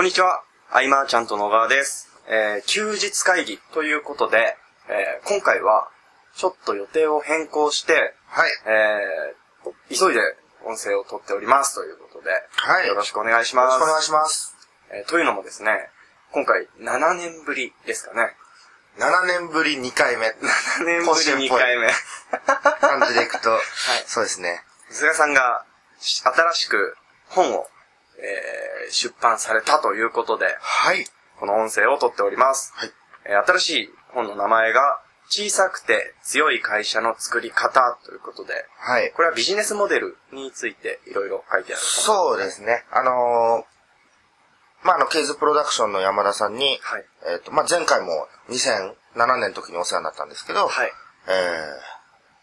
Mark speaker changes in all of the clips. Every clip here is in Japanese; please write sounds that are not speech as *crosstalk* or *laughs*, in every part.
Speaker 1: んにちは。アイマーちゃんと野川です。えー、休日会議ということで、えー今回は、ちょっと予定を変更して、
Speaker 2: はい。
Speaker 1: えー、急いで音声を撮っておりますということで、
Speaker 2: はい
Speaker 1: よろしくお願いし
Speaker 2: よろ
Speaker 1: ま
Speaker 2: し
Speaker 1: す。
Speaker 2: くお願いします。
Speaker 1: えーというのもですね、今回7年ぶりですかね。
Speaker 2: 7年ぶり2回目。
Speaker 1: 7年ぶり2回
Speaker 2: *laughs*
Speaker 1: 目。
Speaker 2: 感じでい
Speaker 1: *laughs*
Speaker 2: くと、そうですね。
Speaker 1: 菅さんがし新しく本を、えー出版されたということで、
Speaker 2: はい。
Speaker 1: この音声を撮っております。
Speaker 2: はい。
Speaker 1: えー新しい本の名前が、小さくて強い会社の作り方ということで、
Speaker 2: はい。
Speaker 1: これはビジネスモデルについていろいろ書いてある。
Speaker 2: そうですね。あのーまあ、あの、ケイズプロダクションの山田さんに、
Speaker 1: はい。
Speaker 2: えっ、と、まあ、前回も2007年の時にお世話になったんですけど、
Speaker 1: はい。
Speaker 2: え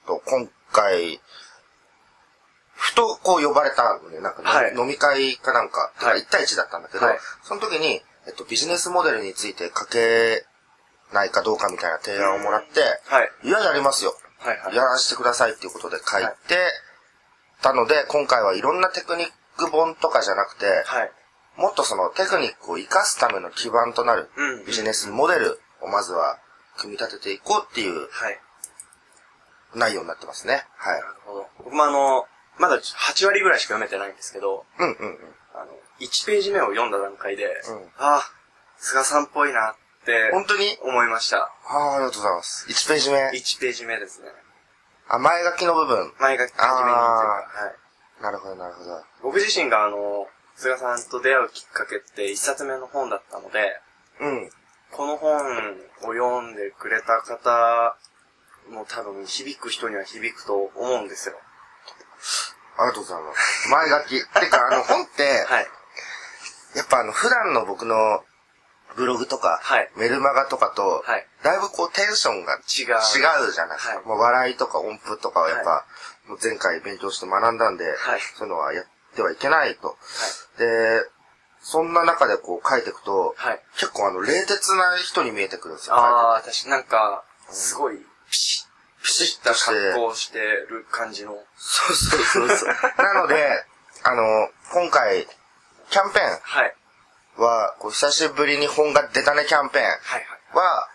Speaker 2: ーと、今回、ふとこう呼ばれたんで、なんか飲み、
Speaker 1: はい
Speaker 2: 飲み会かなんか、
Speaker 1: はい
Speaker 2: 1対1だったんだけど、
Speaker 1: はい
Speaker 2: その時に、えっと、ビジネスモデルについて書けないかどうかみたいな提案をもらって、
Speaker 1: はい。
Speaker 2: いや、やりますよ。
Speaker 1: はいはい。
Speaker 2: やらせてくださいっていうことで書いて、たので、今回はいろんなテクニック本とかじゃなくて、
Speaker 1: はい。
Speaker 2: もっとそのテクニックを活かすための基盤となる
Speaker 1: うん
Speaker 2: ビジネスモデルをまずは組み立てていこうっていう
Speaker 1: はい。
Speaker 2: 内容になってますね。はい
Speaker 1: な。るほど。僕もあの、まだ8割ぐらいしか読めてないんですけど、
Speaker 2: うんうんうん。
Speaker 1: あの、1ページ目を読んだ段階で、
Speaker 2: うん
Speaker 1: ああ、菅さんっぽいなって
Speaker 2: 本当に
Speaker 1: 思いました。
Speaker 2: ああ、ありがとうございます。1ページ目。
Speaker 1: 1ページ目ですね。
Speaker 2: あ、前書きの部分。
Speaker 1: 前書き始めにというか、
Speaker 2: あ
Speaker 1: はい。
Speaker 2: なるほど、なるほど。
Speaker 1: 僕自身があの、菅さんと出会うきっかけって一冊目の本だったので、
Speaker 2: うん。
Speaker 1: この本を読んでくれた方も多分響く人には響くと思うんですよ。
Speaker 2: ありがとうござ
Speaker 1: *laughs*
Speaker 2: います。前書き。てか、あの、本って、
Speaker 1: はい。
Speaker 2: やっぱあの、普段の僕のブログとか、
Speaker 1: はい
Speaker 2: メルマガとかと、
Speaker 1: はい
Speaker 2: だいぶこうテンションが違
Speaker 1: 違う。
Speaker 2: うじゃないですか。
Speaker 1: はい
Speaker 2: もう笑いとか音符とかはやっぱ、
Speaker 1: は
Speaker 2: もう前回勉強して学んだんで、
Speaker 1: はい
Speaker 2: そういうのはやってはいけないと。
Speaker 1: はい。
Speaker 2: で、そんな中でこう書いていくと、
Speaker 1: はい。
Speaker 2: 結構あの、冷徹な人に見えてくるんですよ。
Speaker 1: ああ、私なんか、すごい、ピシッ、ピシッと
Speaker 2: して
Speaker 1: 格好をしてる感じの。
Speaker 2: そうそうそう
Speaker 1: *laughs*
Speaker 2: そう。なので、あの、今回、キャンペー
Speaker 1: はい。
Speaker 2: ンは、こう久しぶりに本が出たねキャンペーン。
Speaker 1: はい
Speaker 2: は、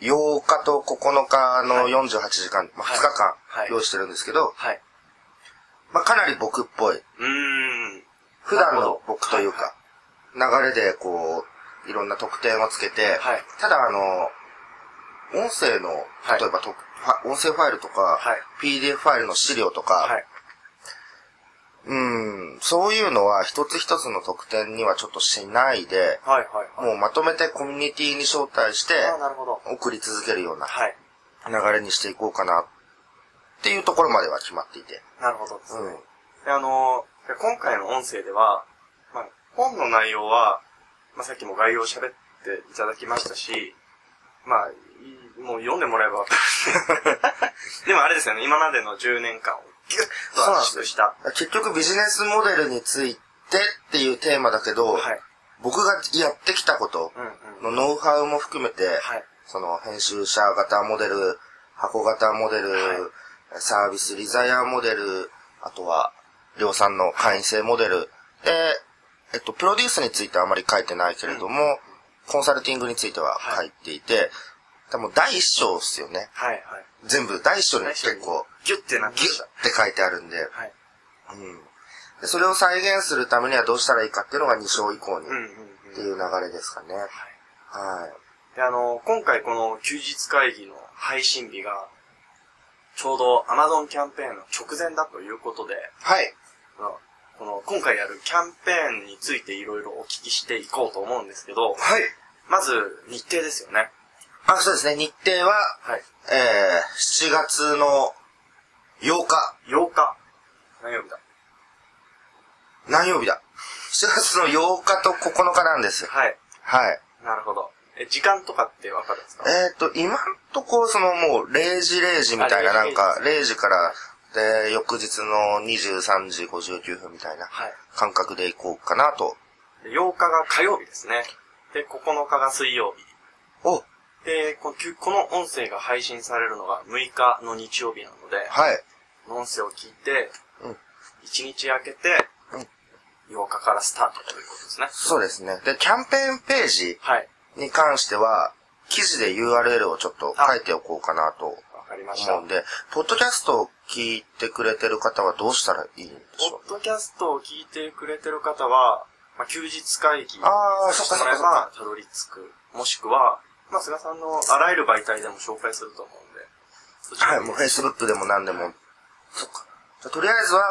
Speaker 2: 8日と9日の
Speaker 1: はい
Speaker 2: 48時間、まあ、
Speaker 1: はい
Speaker 2: 2日間
Speaker 1: はい
Speaker 2: 用意してるんですけど、
Speaker 1: はい。はい。
Speaker 2: まあ、かなり僕っぽい。
Speaker 1: うーん。
Speaker 2: 普段の僕というか、流れでこう、いろんな特典をつけて、
Speaker 1: はい
Speaker 2: ただあの、音声の、
Speaker 1: はい
Speaker 2: 例えばと、ファ音声ファイルとか、
Speaker 1: はい
Speaker 2: PDF ファイルの資料とか、
Speaker 1: はい。はい。
Speaker 2: うん、そういうのは一つ一つの特典にはちょっとしないで、
Speaker 1: はい。はい。
Speaker 2: もうまとめてコミュニティに招待して、
Speaker 1: ああ、なるほど。
Speaker 2: 送り続けるような
Speaker 1: はい。
Speaker 2: 流れにしていこうかなっていうところまでは決まっていて。
Speaker 1: なるほどです
Speaker 2: う
Speaker 1: ね。
Speaker 2: ん。
Speaker 1: で、あの、で今回の音声では、まあ、本の内容は、まあ、さっきも概要を喋っていただきましたし、まあ、いもう読んでもらえばわかる。で *laughs* もあれですよね、今までの10年間をギュッと圧縮した。
Speaker 2: 結局ビジネスモデルについてっていうテーマだけど、
Speaker 1: はい。
Speaker 2: 僕がやってきたこと
Speaker 1: うんうん。
Speaker 2: のノウハウも含めて、
Speaker 1: はい。
Speaker 2: その編集者型モデル、箱型モデル、
Speaker 1: はい
Speaker 2: サービスリザイアモデル、あとは量産の会員制モデル、で、えっと、プロデュースについてはあまり書いてないけれども、コンサルティングについては書いていて、多分第一章ですよね。
Speaker 1: はい。はい。
Speaker 2: 全部、第一章に結構、
Speaker 1: ギュッてなっ
Speaker 2: ギュ
Speaker 1: た。
Speaker 2: ッて書いてあるんで、
Speaker 1: はい。
Speaker 2: うん。で、それを再現するためにはどうしたらいいかっていうのが2章以降に、
Speaker 1: うんうん
Speaker 2: っ
Speaker 1: う
Speaker 2: て
Speaker 1: ん。
Speaker 2: いう流れですかね。はい。
Speaker 1: はい。で、あの、今回この休日会議の配信日が、ちょうど Amazon キャンペーンの直前だということで、
Speaker 2: はい。
Speaker 1: この今回やるキャンペーンについていろいろお聞きしていこうと思うんですけど、
Speaker 2: はい。
Speaker 1: まず日程ですよね。
Speaker 2: あ、そうですね。日程は、
Speaker 1: はい。
Speaker 2: えー、7月の8日。
Speaker 1: 8日。何曜日だ
Speaker 2: 何曜日だ ?7 月の8日と9日なんです。
Speaker 1: はい。
Speaker 2: はい。
Speaker 1: なるほど。え、時間とかってわかるんですか
Speaker 2: えっ、と、今んとこ、そのもう0時0時みたいな、
Speaker 1: あ
Speaker 2: な
Speaker 1: 0時
Speaker 2: んか、0時から、で、翌日の23時59分みたいな
Speaker 1: はい。
Speaker 2: 感覚で行こうかなと。
Speaker 1: で8日が火曜日ですね。で、9日が水曜日。
Speaker 2: お、
Speaker 1: で、このきゅこの音声が配信されるのが6日の日曜日なので、
Speaker 2: はい。
Speaker 1: この音声を聞いて、
Speaker 2: うん
Speaker 1: 1日空けて、
Speaker 2: うん
Speaker 1: 8日からスタートということですね。
Speaker 2: そうですね。で、キャンペーンページ
Speaker 1: はい。
Speaker 2: に関しては、記事で URL をちょっと書いておこうかなと
Speaker 1: わかりました。
Speaker 2: 思うんで、ポッドキャストを聞いてくれてる方はどうしたらいいんでしょう
Speaker 1: ポッドキャストを聞いてくれてる方は、まあ、休日会議
Speaker 2: あー
Speaker 1: させてもらえばたどり着く。もしくは、まあ、菅さんのあらゆる媒体でも紹介すると思うんで。そちら
Speaker 2: は
Speaker 1: で
Speaker 2: い、もう Facebook でも何でも。そっか。じゃあとりあえずは、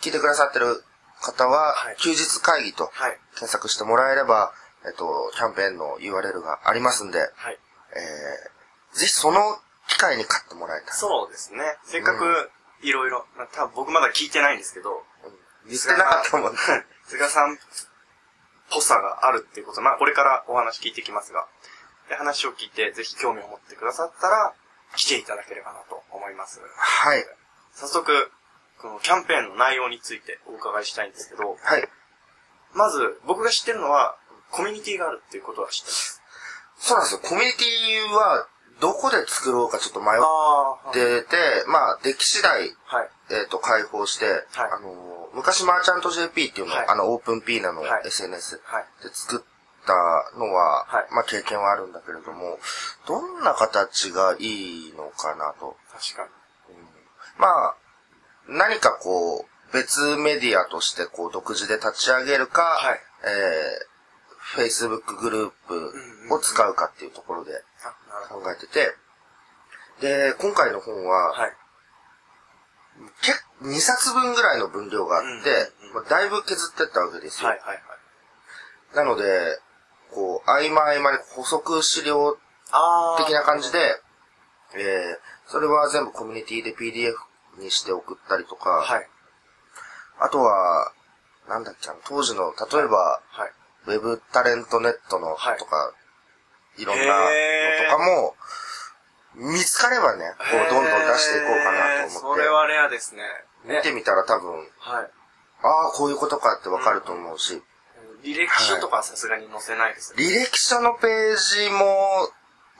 Speaker 2: 聞いてくださってる方は
Speaker 1: はい、
Speaker 2: 休日会議と
Speaker 1: はい。
Speaker 2: 検索してもらえれば、えっと、キャンペーンの URL がありますんで、
Speaker 1: はい。
Speaker 2: えー、ぜひその機会に買ってもらいたい。
Speaker 1: そうですね。せっか
Speaker 2: う
Speaker 1: く、いろいろ、まあ、多分僕まだ聞いてないんですけど、
Speaker 2: 言ってなかったもんね。
Speaker 1: 菅さんっぽさがあるっていうこと、まあこれからお話聞いてきますが、で話を聞いてぜひ興味を持ってくださったら、来ていただければなと思います。
Speaker 2: はい。
Speaker 1: 早速、このキャンペーンの内容についてお伺いしたいんですけど、
Speaker 2: はい。
Speaker 1: まず僕が知ってるのは、コミュニティがあるっていうことは知ってます。
Speaker 2: そうなんですよ。コミュニティは、どこで作ろうかちょっと迷っ
Speaker 1: ああで、
Speaker 2: てて、まあ、でき次第、
Speaker 1: はい。
Speaker 2: えっ、と、開放して、
Speaker 1: はい
Speaker 2: あのー昔マーチャント JP っていうのを、
Speaker 1: はい
Speaker 2: あの、オープンピーナの
Speaker 1: はい
Speaker 2: SNS
Speaker 1: はい。
Speaker 2: で作ったのは、
Speaker 1: はい
Speaker 2: まあ、経験はあるんだけれども、どんな形がいいのかなと。
Speaker 1: 確かに。
Speaker 2: まあ、何かこう、別メディアとしてこう、独自で立ち上げるか、
Speaker 1: はい
Speaker 2: えー、Facebook グループを使うかっていうところで
Speaker 1: あ、なるほ
Speaker 2: 考えてて、で、今回の本は
Speaker 1: ど。、はい。
Speaker 2: 結構2冊分ぐらいの分量があって、
Speaker 1: うんうん
Speaker 2: まあ、だいぶ削ってったわけですよ。
Speaker 1: はい、はい、はい。
Speaker 2: なので、こう、合間合間に補足資料
Speaker 1: あ
Speaker 2: 的な感じで、えー、それは全部コミュニティで PDF にして送ったりとか、
Speaker 1: はい。
Speaker 2: あとは、なんだっけな、当時の、例えば、
Speaker 1: はい。
Speaker 2: ウェブタレントネットの
Speaker 1: はい
Speaker 2: とか、い、ろんな
Speaker 1: へー
Speaker 2: のとかも、見つかればね、こう、どんどん出していこうかなと思
Speaker 1: へーそ
Speaker 2: って
Speaker 1: れ、はレアですね。ね
Speaker 2: 見てみたら多分、
Speaker 1: はい。
Speaker 2: ああ、こういうことかってわかると思うし、
Speaker 1: 履歴書とかはさすがに載せないですよね。
Speaker 2: 履歴書のページも、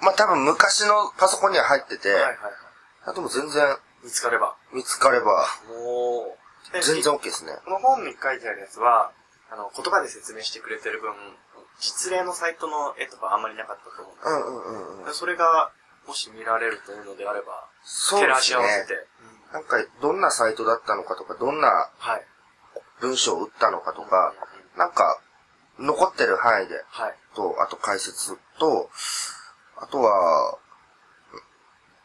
Speaker 2: まあ多分昔のパソコンには入ってて、
Speaker 1: はいはいはい。
Speaker 2: あとも全然
Speaker 1: 見つかれば。
Speaker 2: 見つかれば、
Speaker 1: もう、
Speaker 2: 全然 OK ですね。
Speaker 1: この本に書いてあるやつは、あの、言葉で説明してくれてる分、実例のサイトの絵とかあんまりなかったと思うんで
Speaker 2: うん
Speaker 1: す
Speaker 2: うんうんう
Speaker 1: け
Speaker 2: ん。
Speaker 1: ど、それが、もし見られるというのであれば、
Speaker 2: そう
Speaker 1: 照
Speaker 2: で
Speaker 1: ら
Speaker 2: す
Speaker 1: し合わせ
Speaker 2: ね
Speaker 1: て。。
Speaker 2: なんか、どんなサイトだったのかとか、どんな
Speaker 1: はい。
Speaker 2: 文章を打ったのかと
Speaker 1: う
Speaker 2: か
Speaker 1: んうんうん、
Speaker 2: なんか、残ってる範囲で、
Speaker 1: はい。
Speaker 2: と、あと解説と、あとは、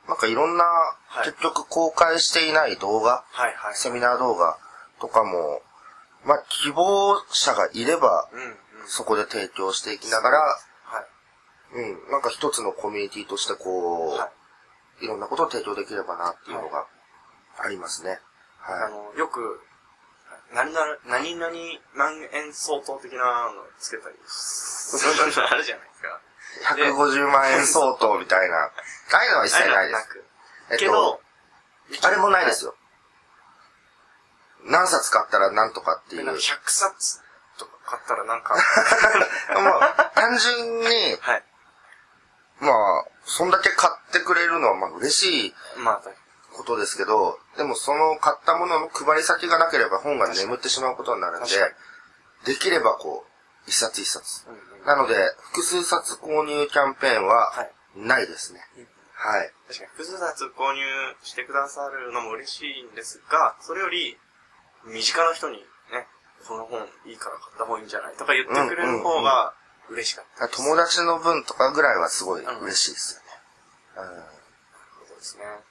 Speaker 2: なんかいろんな、
Speaker 1: はい
Speaker 2: 結局公開していない動画、
Speaker 1: はいはい。
Speaker 2: セミナー動画とかも、まあ、希望者がいれば、
Speaker 1: うんうん。
Speaker 2: そこで提供していきながら、
Speaker 1: はい。
Speaker 2: うん、なんか一つのコミュニティとしてこう、
Speaker 1: はい。
Speaker 2: い、ろんなことを提供できればなっていうのがありますね。
Speaker 1: あ
Speaker 2: は
Speaker 1: の、よく、何々、何々何円相当的なのつけたり、そういうのあるじゃないですか。
Speaker 2: い。150万円相当みたいな、ああいうのは一切ないで
Speaker 1: あ
Speaker 2: す。
Speaker 1: れ
Speaker 2: えっ
Speaker 1: く。けど
Speaker 2: と、、あれもないですよ。何冊買ったら何とかってい
Speaker 1: で
Speaker 2: う。
Speaker 1: な
Speaker 2: も
Speaker 1: ん
Speaker 2: う
Speaker 1: か100冊とか買ったらなん
Speaker 2: *laughs*
Speaker 1: か、
Speaker 2: 単純に、
Speaker 1: はい。
Speaker 2: まあ、そんだけ買ってくれるのはまあ嬉しい
Speaker 1: まあ、だ
Speaker 2: ことですけど、でもその買ったものの配り先がなければ本が眠ってしまうことになるんで
Speaker 1: 確か、
Speaker 2: できればこう、一冊一冊
Speaker 1: う。んうん
Speaker 2: なので、複数冊購入キャンペーンは
Speaker 1: はい
Speaker 2: ないですね。はい。
Speaker 1: 確かに、複数冊購入してくださるのも嬉しいんですが、それより、身近な人にね、この本いいから買った方がいいんじゃないとか言ってくれる方が嬉しかったです。
Speaker 2: 友達の分とかぐらいはすごい嬉しいですよね。うん
Speaker 1: そうですね。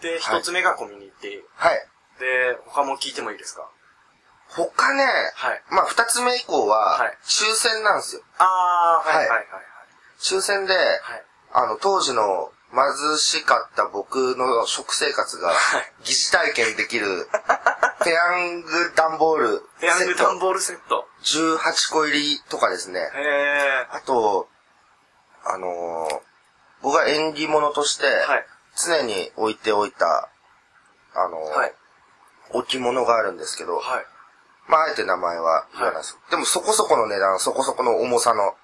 Speaker 1: で、
Speaker 2: はい
Speaker 1: 一つ目がコミュニティ。
Speaker 2: はい。
Speaker 1: で、他も聞いてもいいですか
Speaker 2: 他ね、
Speaker 1: はい。
Speaker 2: まあ二つ目以降は
Speaker 1: はい、
Speaker 2: 抽選なんですよ。
Speaker 1: あー、
Speaker 2: ー
Speaker 1: は
Speaker 2: はいい
Speaker 1: は
Speaker 2: はいい
Speaker 1: はい。
Speaker 2: 抽選で、
Speaker 1: はい。
Speaker 2: あの、当時の貧しかった僕の食生活が
Speaker 1: はい、
Speaker 2: 疑似体験できる、 *laughs* ペヤング段ボール
Speaker 1: ペヤング段
Speaker 2: ール
Speaker 1: ボールセット。
Speaker 2: 18個入りとかですね。
Speaker 1: へえ。
Speaker 2: あと、あのー僕が縁起物として、
Speaker 1: はい。
Speaker 2: 常に置いておいた、あのー
Speaker 1: はい。
Speaker 2: 置物があるんですけど、
Speaker 1: はい。
Speaker 2: まあ、あえて名前は言わないです。でも、そこそこの値段、そこそこの重さの、
Speaker 1: う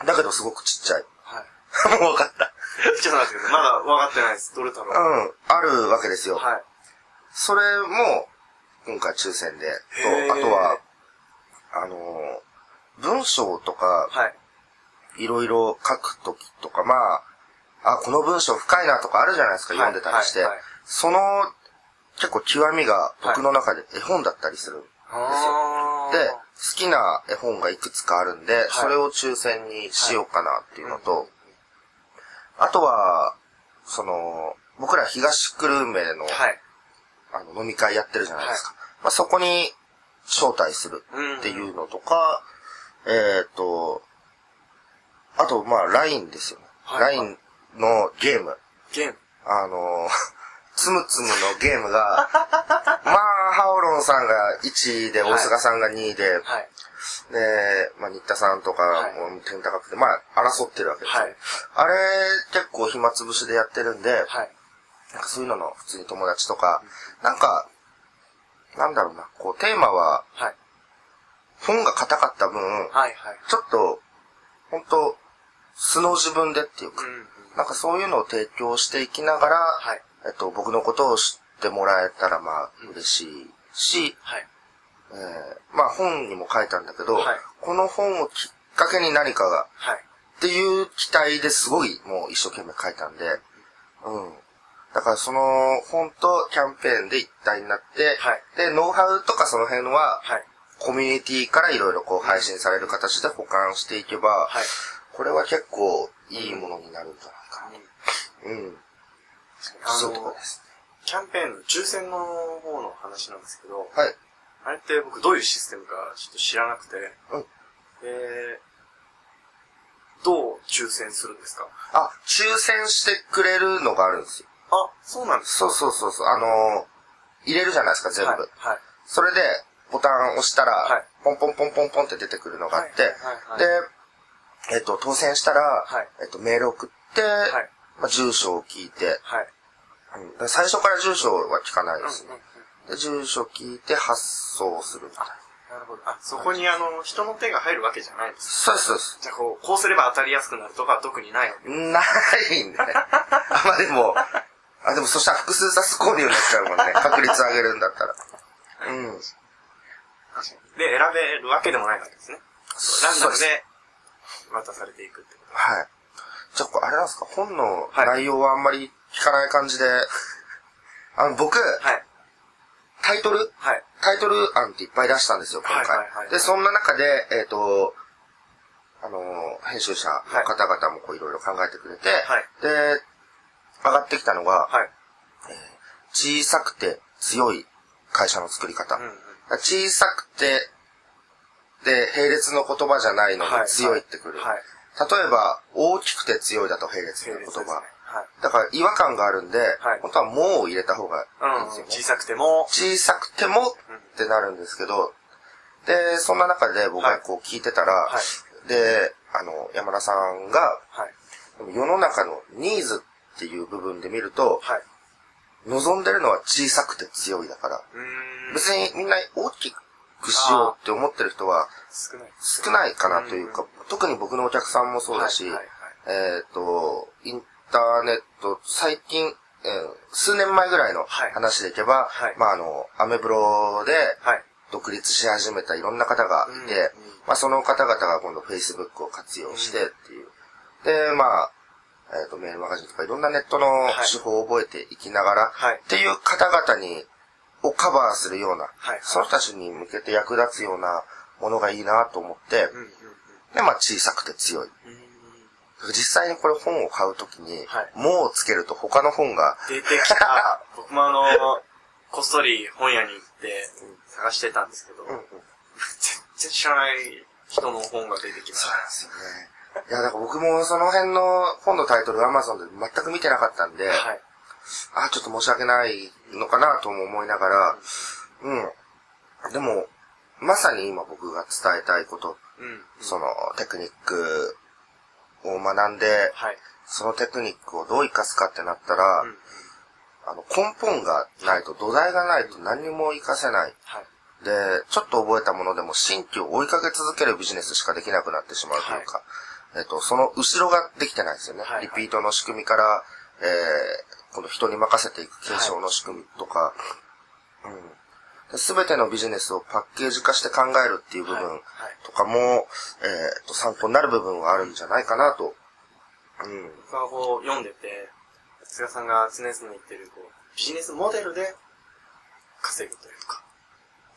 Speaker 1: ーん。
Speaker 2: だけどすごくちっちゃい。 *laughs*
Speaker 1: はい。
Speaker 2: もう分かった。
Speaker 1: ちょっと待ってください。まだ分かってないです。どれだろう。
Speaker 2: うん、あるわけですよ。
Speaker 1: はい。
Speaker 2: それも、今回抽選で
Speaker 1: へー、
Speaker 2: と、あとは、あのー文章とか、
Speaker 1: はい。
Speaker 2: いろいろ書くときとか、まあ、あ、この文章深いなとかあるじゃないですか、
Speaker 1: はい
Speaker 2: 読んでたりして。
Speaker 1: はいはい
Speaker 2: その、結構極みが僕の中で絵本だったりする。
Speaker 1: あ
Speaker 2: で、好きな絵本がいくつかあるんで、それを抽選にしようかなっていうのと、あとは、その、僕ら東久留米の,、
Speaker 1: はい。
Speaker 2: あの飲み会やってるじゃないですか。まあ、そこに招待するっていうのとか、えっ、と、あと、まあ、LINE ですよね。
Speaker 1: はい
Speaker 2: LINE のゲーム。
Speaker 1: ゲーム。
Speaker 2: あの、 *laughs* つむつむのゲーム
Speaker 1: *laughs*
Speaker 2: が、まあ、ハオロンさんが1位で、大菅さんが2位で、
Speaker 1: はい。
Speaker 2: で、まあ、新田さんとか
Speaker 1: はい
Speaker 2: も点高くて、まあ、争ってるわけですよ、
Speaker 1: はい
Speaker 2: あれ、結構暇つぶしでやってるんで、
Speaker 1: はい。
Speaker 2: なんかそういうのの普通に友達とか、なんか、なんだろうな、こう、テーマは、
Speaker 1: はい。
Speaker 2: 本が硬かった分、
Speaker 1: はい。はい。
Speaker 2: ちょっと、本当素の自分でっていう
Speaker 1: う
Speaker 2: か、
Speaker 1: ん。
Speaker 2: なんかそういうのを提供していきながら、
Speaker 1: はい。
Speaker 2: えっと、僕のことを知ってもらえたら、まあ、嬉しいし、
Speaker 1: はい。
Speaker 2: えーまあ本にも書いたんだけど、
Speaker 1: はい
Speaker 2: この本をきっかけに何かが、
Speaker 1: はい。
Speaker 2: っていう期待ですごいもう一生懸命書いたんで、うん。だからその本とキャンペーンで一体になって、
Speaker 1: はい
Speaker 2: で、ノウハウとかその辺は、
Speaker 1: はい。
Speaker 2: コミュニティからいろいろこう配信される形で保管していけば、
Speaker 1: はい。
Speaker 2: これは結構いいものになるんじゃないかな。うん。
Speaker 1: あ
Speaker 2: そういうとこ
Speaker 1: の
Speaker 2: で、す
Speaker 1: キャンペーンの抽選の方の話なんですけど、
Speaker 2: ね。はい。
Speaker 1: あれって僕どういうシステムかちょっと知らなくて、
Speaker 2: うん
Speaker 1: で、どう抽選するんですか
Speaker 2: あ、抽選してくれるのがあるんですよ。
Speaker 1: あ、そうなんですか
Speaker 2: そうそうそうそう。あのー入れるじゃないですか、全部。
Speaker 1: はい。はい。
Speaker 2: それで、ボタンを押したら、
Speaker 1: はい
Speaker 2: ポンポンポンポンポンって出てくるのがあって、
Speaker 1: はいはいはい
Speaker 2: で、えっ、と、当選したら、
Speaker 1: はい
Speaker 2: えっ、と、メール送って、
Speaker 1: はい
Speaker 2: まあ、住所を聞いて、
Speaker 1: はい。
Speaker 2: うんだから最初から住所は聞かないで
Speaker 1: うん
Speaker 2: す
Speaker 1: うん
Speaker 2: ね
Speaker 1: う。ん
Speaker 2: で住所聞いて発送するみたいな。
Speaker 1: なるほど。あ、そこにあの、人の手が入るわけじゃないんです。
Speaker 2: そうです、そうです。
Speaker 1: じゃあこう、こうすれば当たりやすくなるとかは特にない。
Speaker 2: ないんで。
Speaker 1: *laughs*
Speaker 2: あ、まあでも、あ、でもそしたら複数冊購入になっちゃうもんね。確率上げるんだったら。うん。
Speaker 1: で、選べるわけでもないわけですね。ランダムで渡されていくってこ
Speaker 2: はい。じゃあ、これあれなんですか本の
Speaker 1: はい
Speaker 2: 内容はあんまり聞かない感じ
Speaker 1: *laughs*
Speaker 2: で。あの、僕、
Speaker 1: と。はい。
Speaker 2: タイトル
Speaker 1: はい。
Speaker 2: タイトル案っていっぱい出したんですよ、今
Speaker 1: はいはいは
Speaker 2: 回。
Speaker 1: い
Speaker 2: で、そんな中で、えっ、と、あのー編集者の方々もこういろいろ考えてくれて、
Speaker 1: はい
Speaker 2: で、上がってきたのが、
Speaker 1: はい。
Speaker 2: 小さくて強い会社の作り方。
Speaker 1: うんうん。
Speaker 2: 小さくて、で、並列の言葉じゃないので強いってくる。
Speaker 1: はい。
Speaker 2: 例えば、大きくて強いだと並列の
Speaker 1: 並
Speaker 2: 言
Speaker 1: 列ですね
Speaker 2: 葉。
Speaker 1: はい。
Speaker 2: だから違和感があるんで、
Speaker 1: はい
Speaker 2: 本当はもうを入れた方がいいんです
Speaker 1: う
Speaker 2: よ
Speaker 1: ん。
Speaker 2: ね。
Speaker 1: 小さくても、
Speaker 2: 小さくてもってなるんですけど、で、そんな中で僕がこう聞いてたら、
Speaker 1: は
Speaker 2: で、あの、山田さんが、
Speaker 1: はい。
Speaker 2: 世の中のニーズっていう部分で見ると、
Speaker 1: はい。
Speaker 2: 望んでるのは小さくて強いだから、
Speaker 1: うーん。
Speaker 2: 別にみんな大きくしようって思ってる人は
Speaker 1: 少ないです。
Speaker 2: 少ないかなというか、特に僕のお客さんもそうだし、
Speaker 1: はいはい
Speaker 2: えっ、と、インターネット、最近、えー数年前ぐらいの
Speaker 1: はい
Speaker 2: 話でいけば、
Speaker 1: はい
Speaker 2: まああの、アメブロで
Speaker 1: はい。はい。
Speaker 2: 独立し始めたいろんな方がいて、
Speaker 1: うんうん
Speaker 2: まあその方々が今度 Facebook を活用してっていう。で、まあ、えっ、と、メールマガジンとかいろんなネットの
Speaker 1: い
Speaker 2: 手法を覚えていきながら、
Speaker 1: はい
Speaker 2: っていう方々に、をカバーするような、
Speaker 1: はい
Speaker 2: その人たちに向けて役立つようなものがいいなと思って、
Speaker 1: うんうん
Speaker 2: で、まあ小さくて強い。
Speaker 1: うん。う
Speaker 2: 実際にこれ本を買うときに、
Speaker 1: はい
Speaker 2: もうをつけると他の本が、
Speaker 1: ーん出てき
Speaker 2: *laughs*
Speaker 1: た。僕もあの、こっそり本屋に行って探してたんですけど、全然知らない人の本が出てきまし
Speaker 2: そう
Speaker 1: た。
Speaker 2: なんですよね。いや、だから僕もその辺の本のタイトル Amazon で全く見てなかったんで、
Speaker 1: はい。
Speaker 2: あ、ちょっと申し訳ないのかなとも思いながら、うん。でも、まさに今僕が伝えたいこと、
Speaker 1: うん。
Speaker 2: そのテクニックを学んで、
Speaker 1: はい。
Speaker 2: そのテクニックをどう活かすかってなったら、
Speaker 1: うん。
Speaker 2: あの、根本がないと、土台がないと何も活かせない。
Speaker 1: はい。
Speaker 2: で、ちょっと覚えたものでも新規を追いかけ続けるビジネスしかできなくなってしまうというか、えっと、その後ろができてないですよね。
Speaker 1: はいはい
Speaker 2: リピートの仕組みから、えー、この人に任せていく継承の仕組みとか、うん。すべてのビジネスをパッケージ化して考えるっていう部
Speaker 1: はいは
Speaker 2: 分
Speaker 1: い
Speaker 2: とかも、えーと、参考になる部分はあるんじゃないかなと。うん。
Speaker 1: 僕はこう読んでて、菅さんが常々言ってる、こう、ビジネスモデルで稼ぐというか、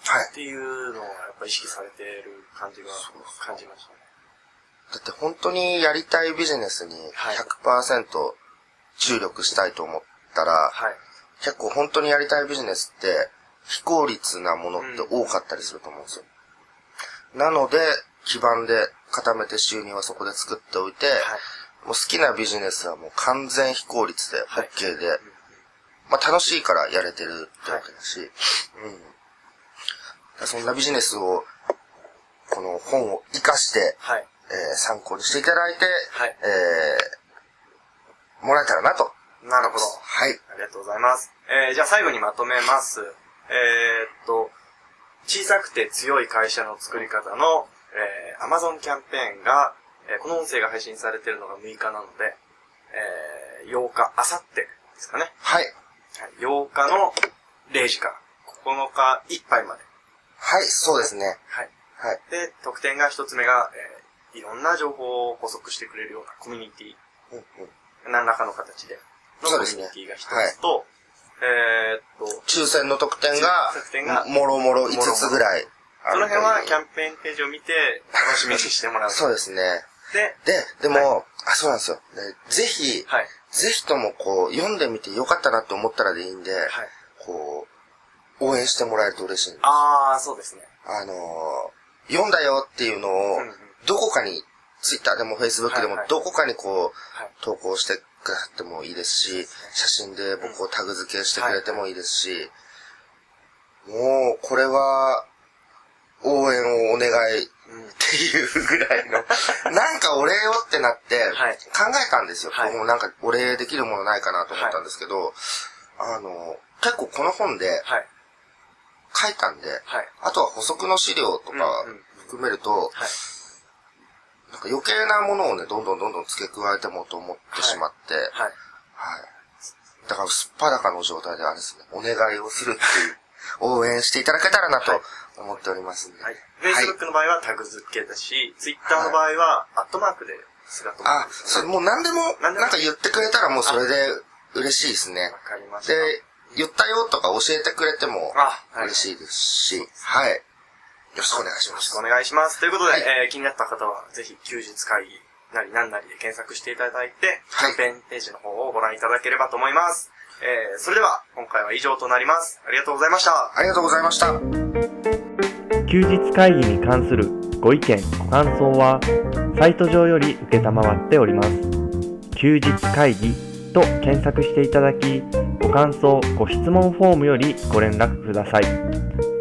Speaker 2: はい
Speaker 1: っ。ていうのをやっぱ意識されてる感じが
Speaker 2: そうそう
Speaker 1: 感じましたね。
Speaker 2: だって本当にやりたいビジネスに
Speaker 1: はい
Speaker 2: 100%注力したいと思ったら、
Speaker 1: はい。
Speaker 2: 結構本当にやりたいビジネスって非効率なものって多かったりすると思うんですよ。なので、基盤で固めて収入はそこで作っておいて、
Speaker 1: はい。
Speaker 2: もう好きなビジネスはもう完全非効率で
Speaker 1: はい
Speaker 2: OK で、まあ楽しいからやれてるってわけだし、うん。だからそんなビジネスを、この本を活かして、
Speaker 1: はい。
Speaker 2: えー参考にしていただいて、
Speaker 1: はい
Speaker 2: えーもらえたらなと。
Speaker 1: なるほど。
Speaker 2: はい。
Speaker 1: ありがとうございます。えー、じゃあ最後にまとめます。えー、っと、小さくて強い会社の作り方の、えー、Amazon キャンペーンが、えーこの音声が配信されているのが6日なので、えー、8日、あさってですかね。
Speaker 2: はい。
Speaker 1: はい、8日の0時から9日いっぱいまで。
Speaker 2: はい、そうですね。
Speaker 1: はい。
Speaker 2: はい。
Speaker 1: で、特典が一つ目が、えーいろんな情報を補足してくれるようなコミュニテ
Speaker 2: うんうん、
Speaker 1: ィ、何らかの形でのコ
Speaker 2: そう
Speaker 1: ミ
Speaker 2: です
Speaker 1: ュ
Speaker 2: ね
Speaker 1: ニティが一つと、えーっと、
Speaker 2: 抽選の特典が
Speaker 1: 抽選の特典が、
Speaker 2: もろもろ5つぐらいあ
Speaker 1: そ
Speaker 2: る
Speaker 1: の
Speaker 2: という。
Speaker 1: 辺はキャンペーンページを見て楽しみにしてもらう。
Speaker 2: そうですね。
Speaker 1: で、
Speaker 2: で、でも、あ、そうなんですよ。でぜひ、
Speaker 1: はい。
Speaker 2: ぜひともこう、読んでみてよかったなって思ったらでいいんで、
Speaker 1: はい。
Speaker 2: こう、応援してもらえると嬉しいんで
Speaker 1: あー、そうですね。
Speaker 2: あのー読んだよっていうのを
Speaker 1: うんうん、
Speaker 2: どこかに、ツイッターでもフェイスブックで
Speaker 1: は
Speaker 2: も
Speaker 1: いはい、
Speaker 2: どこかにこ
Speaker 1: はい。
Speaker 2: う、投稿してくださってもいいですし、写真で僕をタグ付けしてくれてもいいですし、もう、これは、応援をお願いっ
Speaker 1: うん。はい。
Speaker 2: ていうぐらい
Speaker 1: *laughs*
Speaker 2: の、なんかお礼をってなって
Speaker 1: はい、
Speaker 2: 考えたんですよ。
Speaker 1: はい
Speaker 2: 僕もなんかお礼できるものないかなと思ったんですけど、あのー、結構この本で書いたんで、
Speaker 1: はい。
Speaker 2: あとは補足の資料とか
Speaker 1: うんうん
Speaker 2: 含めると、
Speaker 1: はい。
Speaker 2: なんか余計なものをね、どんどんどんどん付け加えてもと思ってしまって、はい。
Speaker 1: はい。
Speaker 2: だから、すっぱだかの状態であれですね、お願いをするっていう、応援していただけたらな
Speaker 1: はい
Speaker 2: と思っておりますんで。
Speaker 1: はい。Facebook の場合はタグ付けだし、Twitter の場合はアットマークで姿を
Speaker 2: あ、それもう何でも、
Speaker 1: 何でも
Speaker 2: なんか言ってくれたらもうそれで嬉しいですね
Speaker 1: わ。かりまし
Speaker 2: で
Speaker 1: た。、
Speaker 2: 言ったよとか教えてくれても
Speaker 1: あ、はい
Speaker 2: 嬉しいですし、はい。よろしくお願いし
Speaker 1: よ
Speaker 2: ま
Speaker 1: ろし
Speaker 2: す
Speaker 1: くお。願いします。ということで、
Speaker 2: はい
Speaker 1: えー気になった方は、ぜひ休日会議なり何なりで検索していただいて、
Speaker 2: は
Speaker 1: キャ
Speaker 2: い
Speaker 1: ンペーンページの方をご覧いただければと思います。えーそれでは、今回は以上となります。ありがとうございました。
Speaker 2: ありがとうございました。
Speaker 3: 休日会議に関するご意見ご感想はサイト上より承っております休日会議と検索していただきご感想ご質問フォームよりご連絡ください